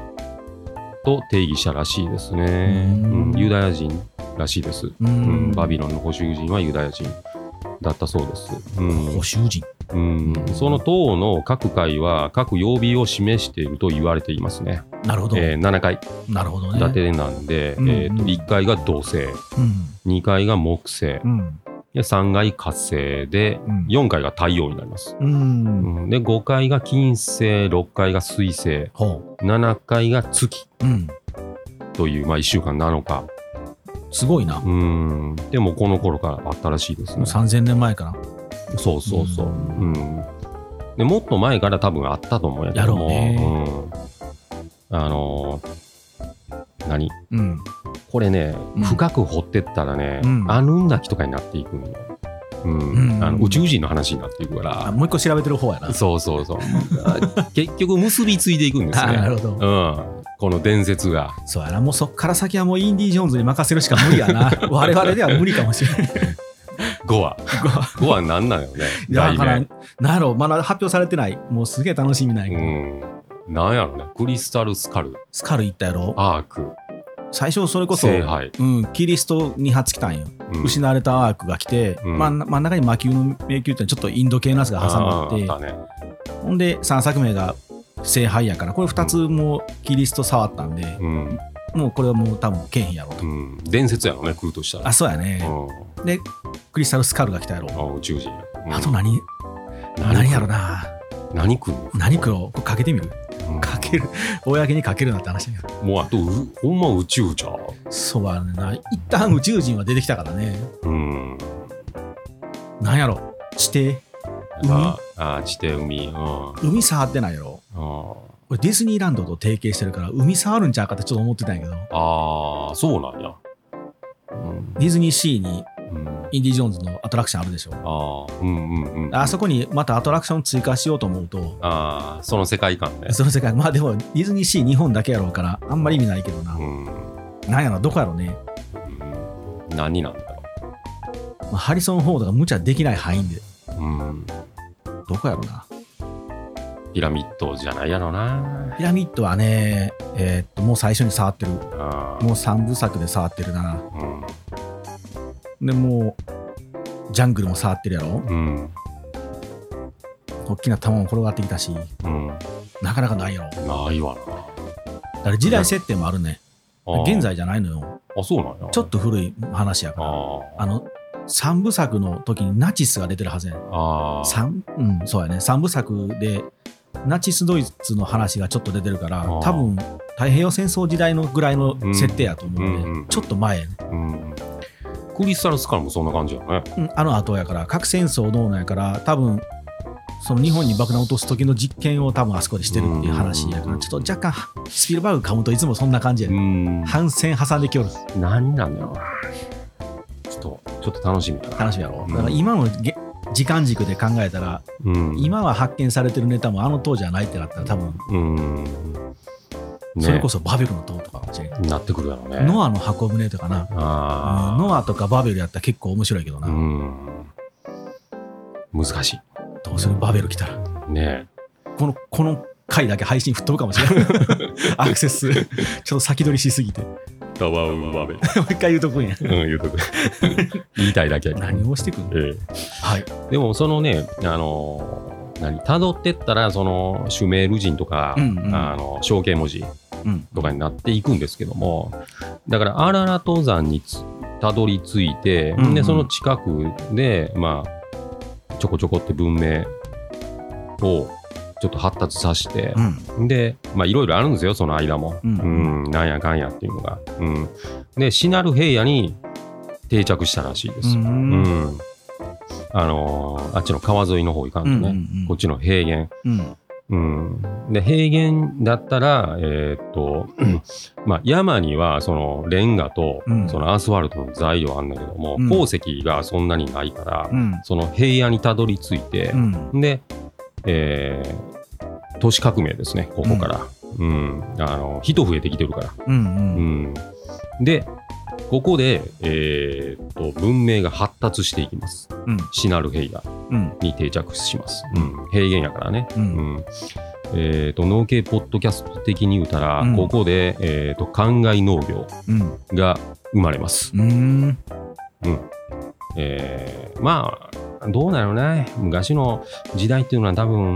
S1: と定義したらしいですね。う
S2: うんん
S1: ユダヤ人らしいです。
S2: う。
S1: うんん、バビロンの補修人はユダヤ人だったそうです。うん
S2: 補修人。
S1: うん、その党の各回は各曜日を示していると言われていますね。
S2: なるほど。
S1: えー7回
S2: なるほどね。
S1: 伊達なんで、
S2: うん
S1: えーと
S2: うん
S1: 1階が土星
S2: うん。
S1: 2階が木星
S2: うん。
S1: で3階火星で
S2: うん
S1: 4階が太陽になります、
S2: うん。
S1: うんで5階が金星6階が水星
S2: ほ
S1: 7階が月
S2: う。うん。
S1: という、まあ、1週間7日
S2: すごいな。も
S1: うんでもこの頃からあったらしいです
S2: う
S1: ね
S2: 3000年前かな。
S1: そうそうそう、うんでもっと前から多分あったと思うんやけども
S2: や
S1: うん、あのー何
S2: うん。
S1: これね、
S2: うん
S1: 深く掘ってったらね、
S2: うん
S1: アヌンナキとかになっていくんよ、うん
S2: うん
S1: あの宇宙人の話になっていくか
S2: あ、
S1: ら、
S2: もう一個調べてる方やな。
S1: そうそうそう あ結局結びついていくんです
S2: あな
S1: ね、
S2: るほ
S1: うん、
S2: ど。
S1: この伝説が
S2: そうやな。もうそっから先はもうインディ・ジョーンズに任せるしか無理や な。我々では無理かもしれない。
S1: 5話5話なんなんよね
S2: いやだか
S1: 題
S2: ら、なんやろう、まだ発表されてない。もうすげえ楽しみない。
S1: 名うんなんやろねクリスタルスカル
S2: スカル行ったやろ。
S1: アーク
S2: 最初それこそ、
S1: 聖杯、
S2: うん、キリストに発来たんよ。
S1: うん
S2: 失われたアークが来て、
S1: うん
S2: まあ真ん中に魔球の迷宮ってちょっとインド系のやつが挟まって
S1: あーあったね
S2: ほんで3作目が聖杯やからこれ2つもうキリスト触ったんで、
S1: うん
S2: もうこれはもう多分けえへんやろうと、
S1: うん、伝説やろね来るとしたら
S2: あそうやね、
S1: うん
S2: でクリスタルスカルが来たやろう、
S1: あ宇宙人、うん
S2: あと何何やろな
S1: 何来るの
S2: 何来るこれかけてみる
S1: うん
S2: かける公にかけるなって話やけど
S1: もうあとうほんま宇宙じゃう
S2: そうやねんな一旦宇宙人は出てきたからね
S1: うん
S2: 何やろ地底海
S1: ああ地底海うんあ
S2: 海触ってないやろ
S1: ー
S2: 俺ディズニーランドと提携してるから海触るんちゃうかってちょっと思ってたんやけど
S1: あーそうなんやうん、
S2: ディズニーシーに
S1: うん、
S2: インディ・ジョーンズのアトラクションあるでしょ。
S1: あーうんうんうん
S2: あそこにまたアトラクション追加しようと思うと、
S1: あーその世界観ね
S2: その世界、まあでもディズニーシー日本だけやろうから、あんまり意味ないけどな
S1: う。ん、うん、
S2: なんやろ、どこやろね。
S1: 何なんだろ
S2: まあハリソン・フォードが無茶できない範囲で、
S1: う、うん、
S2: どこやろな。
S1: ピラミッドじゃないやろな
S2: ピラミッドはね、えーっと、もう最初に触ってる。
S1: あー
S2: もう三部作で触ってるな。
S1: うん
S2: で、もう、ジャングルも触ってるやろ。
S1: うん
S2: 大きな玉も転がってきたし、
S1: うん
S2: なかなかないやろ。
S1: ないわな
S2: だから時代設定もあるね。
S1: あー
S2: 現在じゃないのよ。
S1: あそうなんや
S2: ちょっと古い話やから。
S1: あー
S2: あの三部作の時にナチスが出てるはずやねん
S1: あー
S2: 三うんそうやね三部作でナチスドイツの話がちょっと出てるから
S1: ー
S2: 多分太平洋戦争時代のぐらいの設定やと思うんで、
S1: うんうん
S2: ちょっと前やね、
S1: うん、クリスタルスカルもそんな感じやね
S2: うん、あの後やから核戦争どうなんやから多分その日本に爆弾落とす時の実験を多分あそこでしてるっていう話や
S1: うんう
S2: か
S1: んう
S2: ら
S1: ん
S2: ちょっと若干スピルバーグ噛むといつもそんな感じや
S1: う
S2: ね、
S1: ん
S2: ん、反戦挟んできよる
S1: 何なんだろうなちょっとちょっと楽しみだな
S2: 楽しみやろ、
S1: うん
S2: だから今のげ時間軸で考えたら
S1: うん、
S2: 今は発見されてるネタもあの当時はないってなったら多分
S1: うん、ね
S2: それこそバベルの塔とかかもしれない、
S1: なってくるやろうね
S2: ノアの箱舟とかな、
S1: あ
S2: ノアとかバベルやったら結構面白いけど
S1: あ
S2: な、
S1: うん難し
S2: どうするバベル来たら
S1: いね
S2: このこの回だけ配信吹っ飛ぶかもし れないアクセスちょっと先取りしすぎて も
S1: タワーバベル
S2: う一回言うとくんや
S1: うん言う とく言いたいだけやけど
S2: 何をしてくんの
S1: え
S2: はい
S1: えでもそのねあのー何辿ってったらそのシュメール人とか、
S2: うんうん
S1: あの象形文字
S2: うん
S1: とかになっていくんですけどもだからアララ登山につたどり着いて、
S2: うんうん
S1: でその近くでまあちょこちょこって文明をちょっと発達させて
S2: う、ん
S1: でまあいろいろあるんですよその間も、
S2: うん
S1: うんなんやかんやっていうのが、うん、でシナル平野に定着したらしいで
S2: う
S1: す、うん
S2: ん
S1: あのーあっちの川沿いの方行かんと
S2: う
S1: ね、
S2: ん
S1: こっちの平原
S2: うん
S1: うん、で平原だったら、えーっとまあ、山にはそのレンガと
S2: うん
S1: そのアスファルトの材料あんだけども、
S2: うん
S1: 鉱石がそんなにないから、
S2: うん
S1: その平野にたどり着いて
S2: う、ん
S1: で、えー都市革命ですねここから、うんあの人増えてきてるから、
S2: うん
S1: う
S2: うん
S1: ん、でここで、えーっと文明が発達していきます
S2: うん
S1: シナル平
S2: うん
S1: 野に定着します、うん、平原やからね
S2: う
S1: うんんえー、と農系ポッドキャスト的に言うたら、
S2: うん
S1: ここで、えー、と灌漑農業
S2: うん
S1: が生まれます、
S2: うん
S1: えーまあどうなのね昔の時代っていうのは多分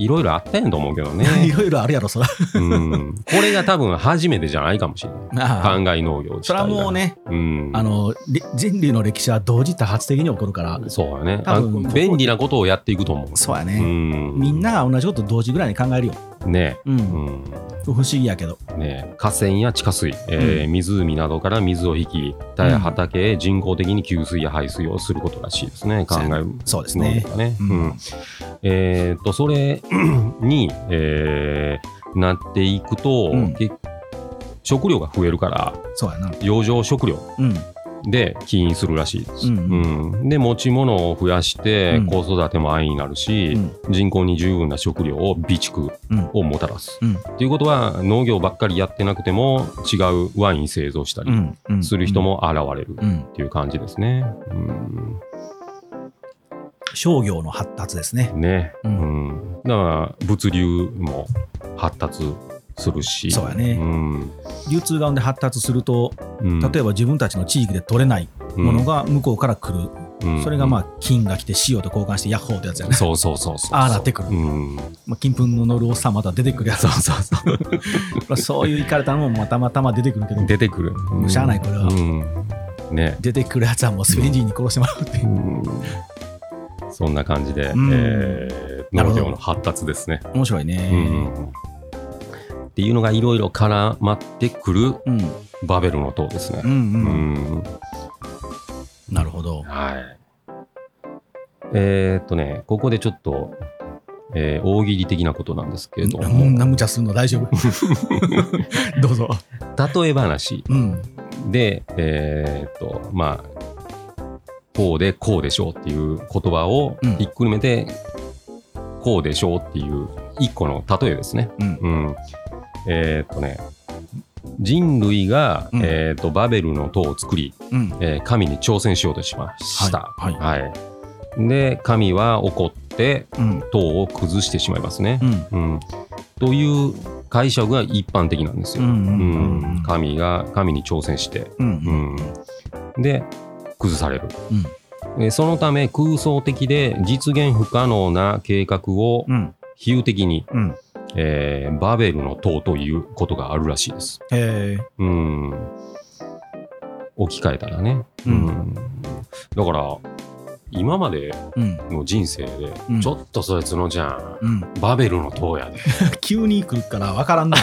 S1: いろいろあったんやと思うけど ね。
S2: いろい ろあるやろ、そら。
S1: うん、これが多分初めてじゃないかもしれない。
S2: ああ
S1: 灌漑農業自
S2: そ
S1: 体
S2: れ
S1: が
S2: はもう、ね、
S1: うん、
S2: あのれ人類の歴史は同時多発的に起こるから、
S1: そうだね
S2: 多
S1: あ
S2: 分
S1: 便利なことをやっていくと思う
S2: そうや
S1: う
S2: ね、
S1: ん
S2: みんなが同じこと同時ぐらいに考えるよ。
S1: ね
S2: うん
S1: うん
S2: 不思議やけど。
S1: ね、河川や地下水、えー湖などから水を引き田や畑へ人工的に給水や排水をすることらしいですね、考え
S2: そうです
S1: 農
S2: ね
S1: 業。がね。
S2: うん
S1: うんえーっとそれに、えーなっていくと、
S2: うん
S1: 結食料が増えるから
S2: そうやな。
S1: 洋上食料
S2: うん。
S1: で起因するらしいです。う
S2: う
S1: んんで持ち物を増やして
S2: うん
S1: 子育ても安易になるし、人口に十分な食料を備蓄
S2: うん。
S1: をもたらす。
S2: うん
S1: ということは農業ばっかりやってなくても違うワイン製造した
S2: う
S1: り
S2: ん。うん。
S1: する人。も現れる
S2: う
S1: っ
S2: ん。
S1: ていう感じですね。うん
S2: 商業の発達ですね。
S1: ね、
S2: う
S1: うんんだから物流も発達するし
S2: そうやね
S1: ん
S2: 流通側で発達すると、
S1: うん、
S2: 例えば自分たちの地域で取れないものが向こうから来る。
S1: うん、
S2: それがまあ、金が来て塩と交換してヤッホーってやつや
S1: う
S2: ね
S1: ん。そうそうそうそう
S2: ああなってくる
S1: うん、
S2: まあ、金粉の乗るおっさんまた出てくるやつ。そうそうそう。 まあそういういかれたのもまたまたま出てくるけど、
S1: 出てくる、うん
S2: しゃあないこれは
S1: うん、ね、
S2: 出てくるやつはもうスペイン人に殺してもらうっていう。
S1: そんな感じで、
S2: うん
S1: えー
S2: なるほ
S1: 農
S2: ど
S1: 業の発達ですね、
S2: 面白いね。
S1: うんっていうのがいろいろ絡まってくる
S2: うん。
S1: バベルの塔ですね
S2: う、ん。うん。
S1: うん
S2: なるほど。
S1: はい。えーっとね、ここでちょっと、えー大喜利的なことなんですけれど
S2: こ
S1: も、
S2: んな無茶するの大 丈夫どうぞ。
S1: 例え話
S2: うん。
S1: で、えーっと、まあ、こうでこうでしょうっていう言葉を
S2: うん
S1: ひっくるめて、こうでしょうっていう一個の例えですね。
S2: うん。
S1: うん。えーっとね、人類が、
S2: うん
S1: えーっとバベルの塔を作り、
S2: うん。
S1: えー神に挑戦しようとしました。
S2: はい
S1: はいで神は怒って
S2: うん。
S1: 塔を崩してしまいますね
S2: う。ん。
S1: うんという解釈が一般的なんです
S2: う
S1: よ。
S2: ん。う
S1: うん
S2: ん。
S1: 神が神に挑戦して、
S2: うん。う。
S1: うんんで崩される。
S2: うん。
S1: えーそのため空想的で実現不可能な計画を
S2: うん。
S1: 比喩的に、
S2: うん。
S1: えーバベルの塔ということがあるらしいです。
S2: え
S1: うん置き換えたらね、
S2: うん
S1: だから今まで
S2: ー。うん。
S1: の人生で、
S2: うん
S1: ちょっとそいつのじゃん
S2: うん。
S1: バベルの塔やで
S2: 急に来るから分からんな。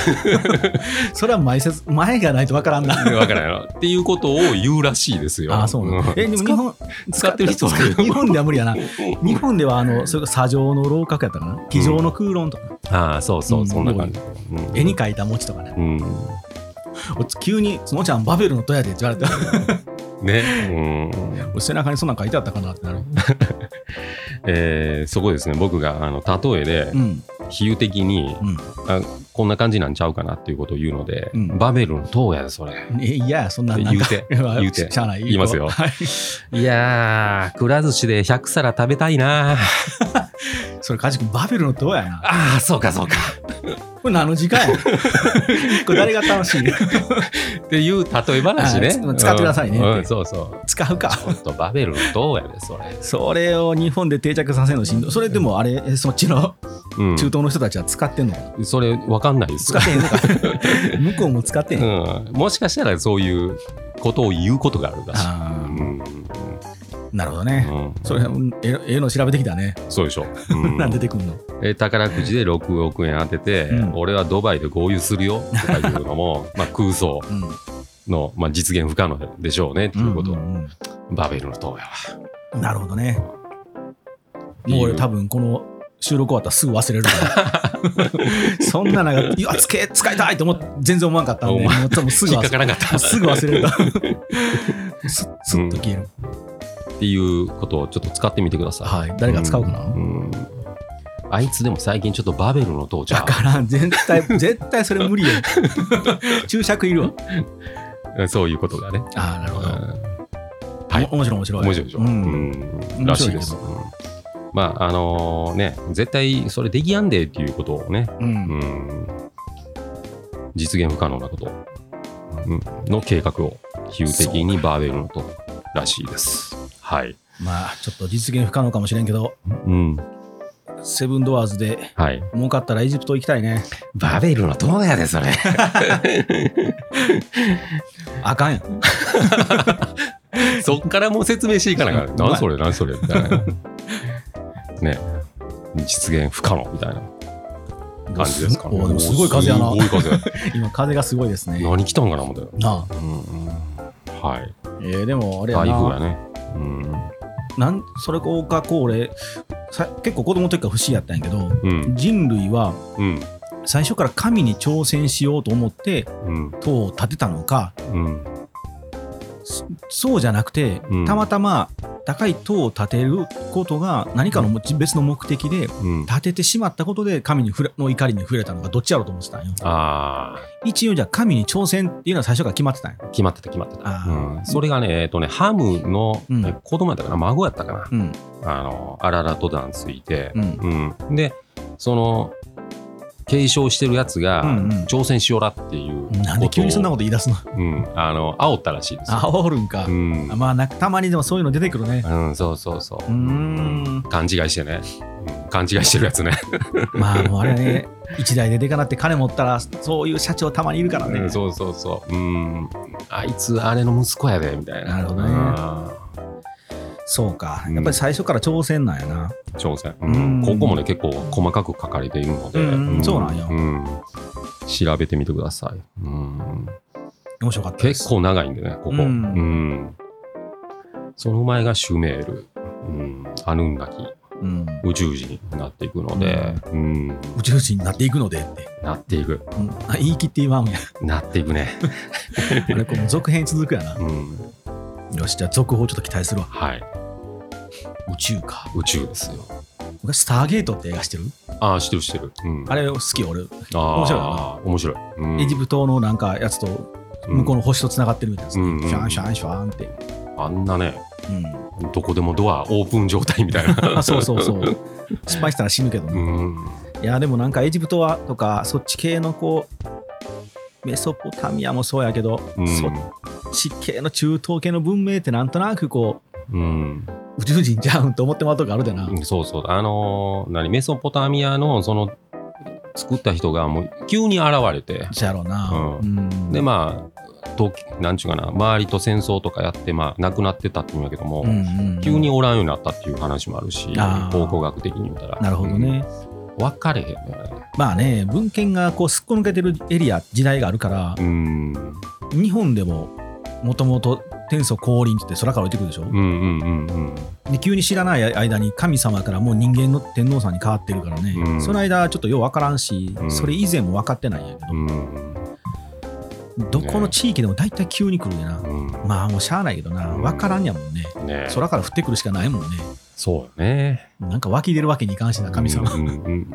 S2: それは前説、前がないと分からんな。
S1: わからんやろっていうことを言うらしいですよ
S2: ああ、そうなの。え、でも日本、
S1: 使ってる人は
S2: 使って日本では無理やな。日本では、あの、それが砂上の楼閣やったかな。気上の空論とか、
S1: ああそうそう、
S2: うん
S1: そんな感じ、うん
S2: 絵に描いた餅とかね。
S1: うん
S2: お急に、そのちゃんバベルのとやでって言われて、
S1: ね、うん
S2: 俺背中にそんなん書いてあったかなってなる。
S1: えーそこですね僕があの例えで、
S2: うん。
S1: 比喩的に
S2: うん。
S1: こんな感じなんちゃうかなっていうことを言うので、
S2: うん
S1: バベルの塔やでそれ
S2: え、いや、そんなんなんか
S1: 言うて言うて
S2: しゃあない。
S1: 言いますよ
S2: はい。
S1: いやーくら寿司で100皿食べたいな
S2: それ、カジ君、バベルの塔やな。
S1: ああ、そうかそうか。
S2: これ何の時間 やこれ誰が楽しい
S1: っていう例え話ね
S2: あー。使ってくださいね
S1: うんうんそうそう。
S2: 使うか。
S1: ちょっとバベルのどうやで、それ。
S2: それを日本で定着させるのしんどい。それでもあれ、えそっちの
S1: うん
S2: 中東の人たちは使ってんのかな、
S1: それ、わかんないです
S2: 使ってへ んのか向こうも使ってへん。
S1: うん。もしかしたらそういうことを言うことがあるらしい。
S2: あ
S1: う
S2: ー
S1: ん
S2: なるほどね。
S1: うん
S2: それ、うんえええの調べてきたね。
S1: そうでしょ。う
S2: なんんで出てくんの
S1: え宝くじで6億円当てて、
S2: うん
S1: 俺はドバイで合流するよとかいうの もまあ空想
S2: うん。
S1: の、まあ、実現不可能でしょうねっていうこと、
S2: んん
S1: バベルの塔やわ。
S2: うんなるほどね。もう俺多分この収録終わったらすぐ忘れる から。そんななんか、いや、つけ、使いたいと思って全然思わんかったんで、
S1: お前
S2: もう多分すぐ
S1: 引っ
S2: 忘
S1: か
S2: れる。
S1: からなか
S2: も
S1: っ
S2: うすぐ忘れる から。すすっと消える。
S1: たっていうことをちょっと使ってみてください。
S2: はい。誰が使うかな、
S1: んんあいつでも最近ちょっとバベルの塔じゃ
S2: だからん絶対、絶対そ れ無理や。注釈いるわ。
S1: んそういうことがね、
S2: ああ、なるほ
S1: う
S2: ど。
S1: んはい
S2: お面白い面白い。
S1: 面白いでしょ、
S2: う。
S1: うんんらしいです、
S2: 面
S1: うんまああのね絶対それできやんでっていうことをね、
S2: う。
S1: うんん、実現不可能なこと、うんの計画を比喩的にバベルの塔らしいですはい、
S2: まあ、ちょっと実現不可能かもしれんけど、
S1: うん、
S2: セブンドアーズで
S1: はい。
S2: 儲かったらエジプト行きたいね。
S1: バベルの塔やで、それ。
S2: あかんやん。
S1: そっからもう説明してい かないから、
S2: まあ
S1: 何それ、何それ、みた いな。ね。実現不可能みたいな感じですからね。
S2: おでもすごい風やな
S1: お。ーすごい風。
S2: 今風がすごいですね。
S1: 何来たんかな、思ったよ。
S2: なあ。
S1: はい。
S2: えーでもあれや
S1: 台風や
S2: な。
S1: ね。うん。
S2: なんそれかこう俺さ結構子供の時から不思議やったんやけど、
S1: うん。
S2: 人類は
S1: うん。
S2: 最初から神に挑戦しようと思って
S1: うん。
S2: 塔を建てたのか、
S1: うん。
S2: そうじゃなくて、
S1: うん
S2: たまたま高い塔を建てることが何かのも別の目的で
S1: うん。
S2: 建ててしまったことで神に触れの怒りに触れたのかどっちやろうと思ってたんよ。
S1: あ
S2: 一応じゃあ神に挑戦っていうのは最初から決まってたんよ。
S1: あ、決まってた、決まって
S2: あ
S1: た。
S2: ー
S1: うん。それがね、えっとね、ハムの
S2: うん
S1: え子供やったかな、孫やったかな。
S2: うん
S1: あの、アララトダンついて
S2: う。ん
S1: うん、でその継承してるやつが
S2: うんうん
S1: 挑戦しよらっていうことを
S2: なんで急にそんなこと言い出すの
S1: うん、あの煽ったらしいですよ
S2: 煽るんか、
S1: うん
S2: あまあなんかたまにでもそういうの出てくるね
S1: うん、そうそうそう
S2: うーん
S1: 勘違いしてね、うん勘違いしてるやつね、
S2: まあもうあれね一台ででかなって金持ったらそういう社長たまにいるから ね、
S1: うんそうそうそううんあいつあれの息子やでみたいな
S2: なるほどねそうかやっぱり最初から挑戦なんやな、
S1: うん挑戦、
S2: うん
S1: ここもね結構細かく書かれているので、
S2: うんそうなんや
S1: うん調べてみてください、うん
S2: 面白かったです
S1: 結構長いんでね、ここ。
S2: う
S1: うんん。その前がシュメール、うん、アヌンナキ、
S2: うん、
S1: 宇宙人になっていくので、うん、
S2: 宇宙人になっていくのでって、
S1: なっていく。
S2: うんあ言い切って言 わんもんや
S1: なっていくね。
S2: あれこう続編続くやな
S1: うん。
S2: よしじゃあ続報ちょっと期待するわ
S1: はい。
S2: 宇宙か
S1: 宇宙ですよ。
S2: 昔スターゲートって映画してる
S1: ああ、知ってる知ってる。うん、
S2: あれ好き俺、
S1: あー
S2: 面白いな
S1: 面白い。うん
S2: エジプトのなんかやつと向こうの星とつながってるみたいな、
S1: うんうん
S2: シャンシャンシャンって、
S1: あんなね、
S2: うん
S1: どこでもドアオープン状態みたい な。
S2: あそうそ うそう失敗したら死ぬけどね、
S1: うん。
S2: いやでもなんかエジプトはとかそっち系のこうメソポタミアもそうやけど、
S1: うん
S2: そっち系の中東系の文明ってなんとなくこ
S1: うん。
S2: う宇宙人じゃうんと思ってもらうとこあるでな、
S1: うんそうそう。あのー何、メソポタミアの、その、作った人がもう急に現れて、
S2: じゃろうな、
S1: うんでまあとなんちゅうかな周りと戦争とかやってまあ亡くなってたっていうんやけども、
S2: うんうんうん
S1: 急におらんようになったっていう話もあるし
S2: あー
S1: 考古学的に言うたら
S2: なるほど、ね、
S1: うん分かれへんのよね
S2: まあね文献がこうすっこ抜けてるエリア時代があるから
S1: う、ん
S2: 日本でももともと天祖降臨って言って空から降りてくるでしょ、
S1: うんうんうんうん
S2: で急に知らない間に神様からもう人間の天皇さんに変わってるからね、
S1: うん
S2: その間ちょっとよう分からんし、
S1: うん
S2: それ以前も分かってないんやけど、
S1: うん
S2: どこの地域でも大体急に来るでな、
S1: うん
S2: まあもうしゃあないけどな
S1: うん
S2: 分からんやもんね、
S1: ね
S2: 空から降ってくるしかないもんね
S1: そうよね
S2: なんか湧き出るわけにいかんしな神様、
S1: うんうんうん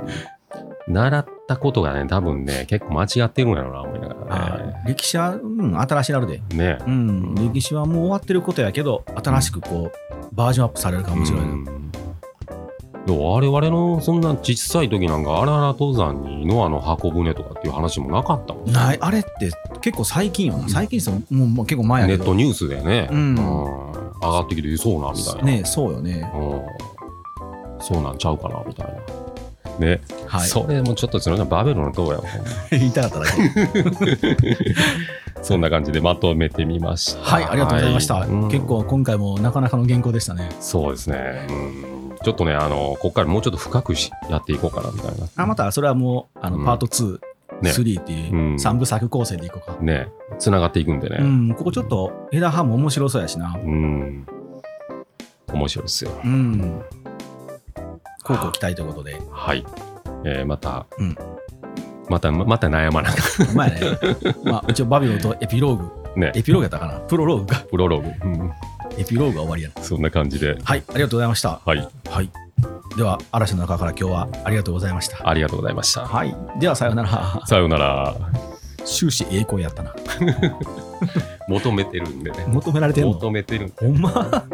S1: 習ったことがね多分ね結構間違ってるんやろうな思いなが
S2: あ
S1: らね
S2: ー歴史は、うん、新しいなるで、
S1: ね
S2: うん、歴史はもう終わってることやけど新しくこうバージョンアップされるから面白いな、
S1: うんでも我々のそんな小さい時なんかあらら登山にノアの箱舟とかっていう話もなかったもんね
S2: ないあれって結構最近よな最近ですよもうもう結構前や
S1: ネ
S2: け
S1: ット
S2: ど
S1: ニュースでね、
S2: うん
S1: 上がってきてそうなみたいな、
S2: ねそうよね
S1: うんそうなんちゃうかなみたいなね、
S2: はい
S1: それもちょっとそれがバベロンの塔やわほんま
S2: 言いたかっただ け
S1: そんな感じでまとめてみました
S2: はい、ありがとうございました。
S1: うん
S2: 結構今回もなかなかの原稿でしたね。
S1: そうですね、うんちょっとねあのここからもうちょっと深くしやっていこうかなみたいな
S2: あまたそれはもうあの
S1: うん
S2: パート2、
S1: ね
S2: 3っていう
S1: うん
S2: 3部作構成でいこうか。
S1: ねつながっていくんでね、
S2: うん、ここちょっと枝葉も面白そうやしな。
S1: うん。面白いですよ。
S2: うん。こうこう期待ということで。
S1: はい。えーまた、
S2: うん
S1: また、また悩まなく
S2: まあね、 まあ一応バビロンとエピローグ、
S1: ね、
S2: エピローグやったかなプロローグか。
S1: プロローグ、うん
S2: エピローグは終わりやな。
S1: そんな感じで、
S2: はい、ありがとうございました。
S1: はい。
S2: はい。では、嵐の中から今日はありがとうございました。
S1: ありがとうございました。
S2: はい。では、さようなら。
S1: さようなら。
S2: 終始栄光やったな。
S1: 求めてるんでね。
S2: 求められてんの
S1: 求めてるんで
S2: ほんま